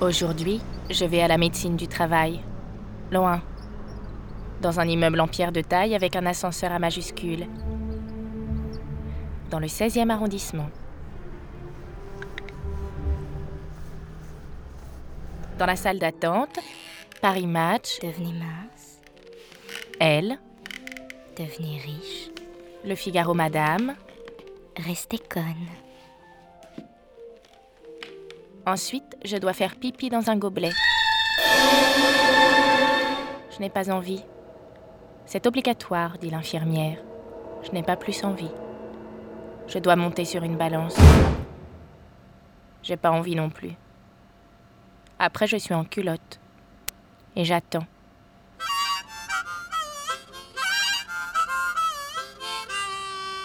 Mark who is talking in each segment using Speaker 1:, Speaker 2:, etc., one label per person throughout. Speaker 1: Aujourd'hui, je vais à la médecine du travail. Loin. Dans un immeuble en pierre de taille avec un ascenseur à majuscule. Dans le 16e arrondissement. Dans la salle d'attente, Paris Match,
Speaker 2: Devenez mince,
Speaker 1: Elle,
Speaker 2: devenez riche,
Speaker 1: Le Figaro Madame,
Speaker 2: restez conne.
Speaker 1: Ensuite, je dois faire pipi dans un gobelet. Je n'ai pas envie. C'est obligatoire, dit l'infirmière. Je n'ai pas plus envie. Je dois monter sur une balance. J'ai pas envie non plus. Après, je suis en culotte. Et j'attends.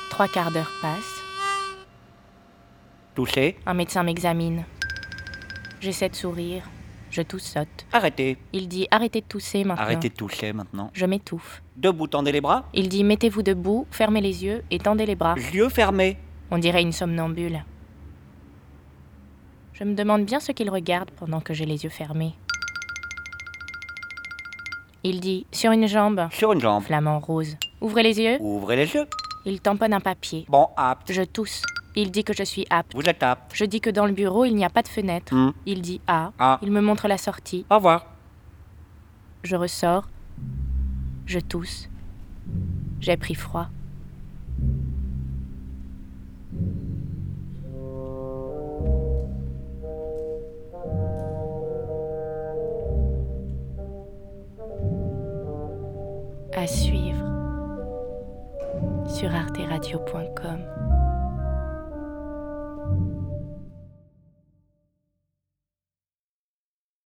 Speaker 1: Trois quarts d'heure passent.
Speaker 3: Touché
Speaker 1: Un médecin m'examine. J'essaie de sourire. Je toussote.
Speaker 3: Arrêtez.
Speaker 1: Il dit arrêtez de tousser maintenant.
Speaker 3: Arrêtez de toucher maintenant.
Speaker 1: Je m'étouffe.
Speaker 3: Debout, tendez les bras.
Speaker 1: Il dit mettez-vous debout, fermez les yeux et tendez les bras.
Speaker 3: Yeux fermés.
Speaker 1: On dirait une somnambule. Je me demande bien ce qu'il regarde pendant que j'ai les yeux fermés. Il dit sur une jambe,
Speaker 3: Sur une jambe.
Speaker 1: flamand rose. Ouvrez les yeux.
Speaker 3: Ouvrez les yeux.
Speaker 1: Il tamponne un papier.
Speaker 3: Bon, apte.
Speaker 1: Je tousse. Il dit que je suis apte.
Speaker 3: Vous êtes apte.
Speaker 1: Je dis que dans le bureau, il n'y a pas de fenêtre.
Speaker 3: Hmm.
Speaker 1: Il dit ah.
Speaker 3: Ah.
Speaker 1: Il me montre la sortie.
Speaker 3: Au revoir.
Speaker 1: Je ressors. Je tousse. J'ai pris froid. À suivre sur arteradio.com.